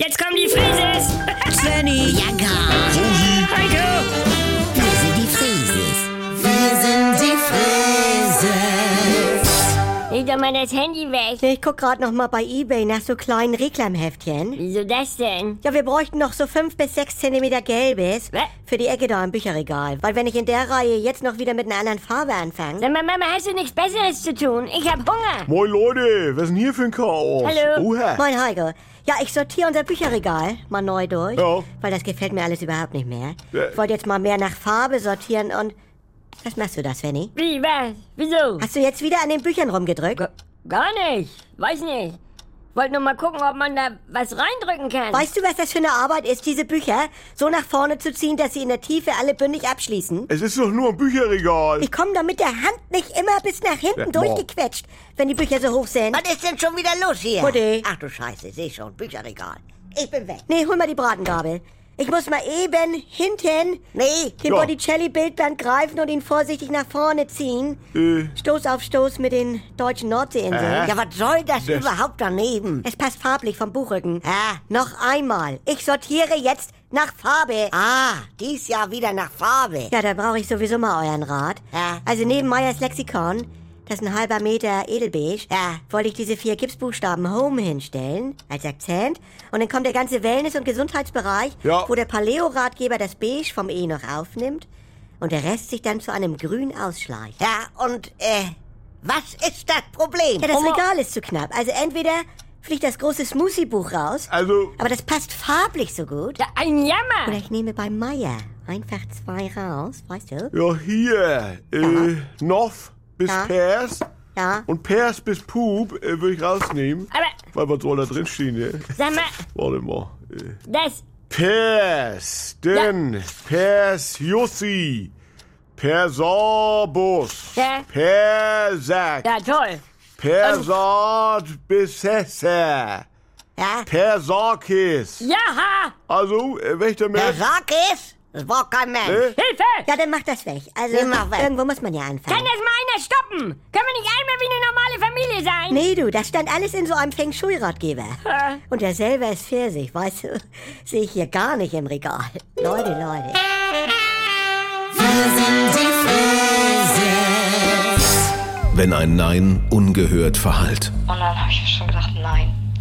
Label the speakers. Speaker 1: Jetzt kommen die Frieses!
Speaker 2: Svenny,
Speaker 3: Ja, gar.
Speaker 1: Heiko!
Speaker 3: Wir sind die Frieses. Wir sind die Frieses.
Speaker 4: Leg doch mal das Handy weg.
Speaker 2: ich guck gerade noch mal bei eBay nach so kleinen Reklamheftchen.
Speaker 4: Wieso das denn?
Speaker 2: Ja, wir bräuchten noch so fünf bis sechs Zentimeter gelbes
Speaker 4: Hä?
Speaker 2: für die Ecke da im Bücherregal. Weil wenn ich in der Reihe jetzt noch wieder mit einer anderen Farbe anfange...
Speaker 4: Sag mal, Mama, hast du nichts Besseres zu tun? Ich hab Hunger.
Speaker 5: Moin Leute, was ist denn hier für ein Chaos?
Speaker 4: Hallo.
Speaker 5: Oha.
Speaker 2: Moin Heiko. Ja, ich sortiere unser Bücherregal mal neu durch,
Speaker 5: Ja.
Speaker 2: weil das gefällt mir alles überhaupt nicht mehr.
Speaker 5: Ja.
Speaker 2: Ich wollte jetzt mal mehr nach Farbe sortieren und... Was machst du da, Svenny?
Speaker 4: Wie, was? Wieso?
Speaker 2: Hast du jetzt wieder an den Büchern rumgedrückt?
Speaker 4: Ga- Gar nicht. Weiß nicht. Wollt nur mal gucken, ob man da was reindrücken kann.
Speaker 2: Weißt du, was das für eine Arbeit ist, diese Bücher so nach vorne zu ziehen, dass sie in der Tiefe alle bündig abschließen?
Speaker 5: Es ist doch nur ein Bücherregal.
Speaker 2: Ich komme doch mit der Hand nicht immer bis nach hinten
Speaker 5: Ja, boah.
Speaker 2: durchgequetscht, wenn die Bücher so hoch sind.
Speaker 3: Was ist denn schon wieder los hier?
Speaker 2: Mutti.
Speaker 3: Ach du Scheiße, seh schon, Bücherregal. Ich bin weg.
Speaker 2: Nee, hol mal die Bratengabel. Ich muss mal eben hinten
Speaker 3: Nee,
Speaker 2: den
Speaker 5: Ja.
Speaker 2: Botticelli-Bildband greifen und ihn vorsichtig nach vorne ziehen.
Speaker 5: Äh,
Speaker 2: Stoß auf Stoß mit den deutschen Nordseeinseln.
Speaker 3: ja, was soll das,
Speaker 5: Das-
Speaker 3: überhaupt daneben?
Speaker 2: Es passt farblich vom Buchrücken.
Speaker 3: Ah,
Speaker 2: Noch einmal. Ich sortiere jetzt nach Farbe.
Speaker 3: ah, dies Jahr wieder nach Farbe.
Speaker 2: Ja, da brauche ich sowieso mal euren Rat.
Speaker 3: Ja.
Speaker 2: Also neben Meyers Lexikon, das ist ein halber Meter edelbeige,
Speaker 3: Ja.
Speaker 2: wollte ich diese vier Gipsbuchstaben Home hinstellen, als Akzent. Und dann kommt der ganze Wellness- und Gesundheitsbereich,
Speaker 5: Ja.
Speaker 2: wo der Paleo-Ratgeber das Beige vom E noch aufnimmt und der Rest sich dann zu einem Grün ausschleicht.
Speaker 3: Ja, und, äh, was ist das Problem?
Speaker 2: Ja, das Regal ist zu knapp. Also entweder fliegt das große Smoothie-Buch raus,
Speaker 5: also,
Speaker 2: aber das passt farblich so gut.
Speaker 4: Da, ein
Speaker 2: Oder
Speaker 4: Jammer.
Speaker 2: ich nehme bei Meyer einfach zwei raus, weißt du?
Speaker 5: ja, hier. Äh, Noff bis
Speaker 2: Ja.
Speaker 5: Pers
Speaker 2: Ja.
Speaker 5: und Pers bis Pup äh, würde ich rausnehmen.
Speaker 4: Aber
Speaker 5: Weil was soll da drin stehen hier?
Speaker 4: sag mal,
Speaker 5: Warte mal. Äh,
Speaker 4: das...
Speaker 5: Pers, denn Pers Jussi. Persabus.
Speaker 4: Ja.
Speaker 5: Persack.
Speaker 4: Ja, toll.
Speaker 5: Persat Besesser.
Speaker 3: Ja?
Speaker 5: Persakis.
Speaker 4: Ja, ha!
Speaker 5: Also, äh, Wächter
Speaker 3: Der
Speaker 5: Merz.
Speaker 3: Sarg ist? Das braucht kein Mensch.
Speaker 5: Äh?
Speaker 4: Hilfe!
Speaker 2: Ja, dann mach das weg. Also,
Speaker 3: Nee, mach weg.
Speaker 2: irgendwo muss man ja anfangen.
Speaker 4: Kann das mal einer stoppen? Können wir nicht einmal wie eine normale Familie sein?
Speaker 2: Nee, du, das stand alles in so einem Feng Shui-Ratgeber. Und der selber ist Pfirsich, weißt du? Sehe ich hier gar nicht im Regal. Leute, Leute.
Speaker 6: Wenn ein Nein ungehört verhallt,
Speaker 7: Und dann habe ich mir schon gedacht, nein.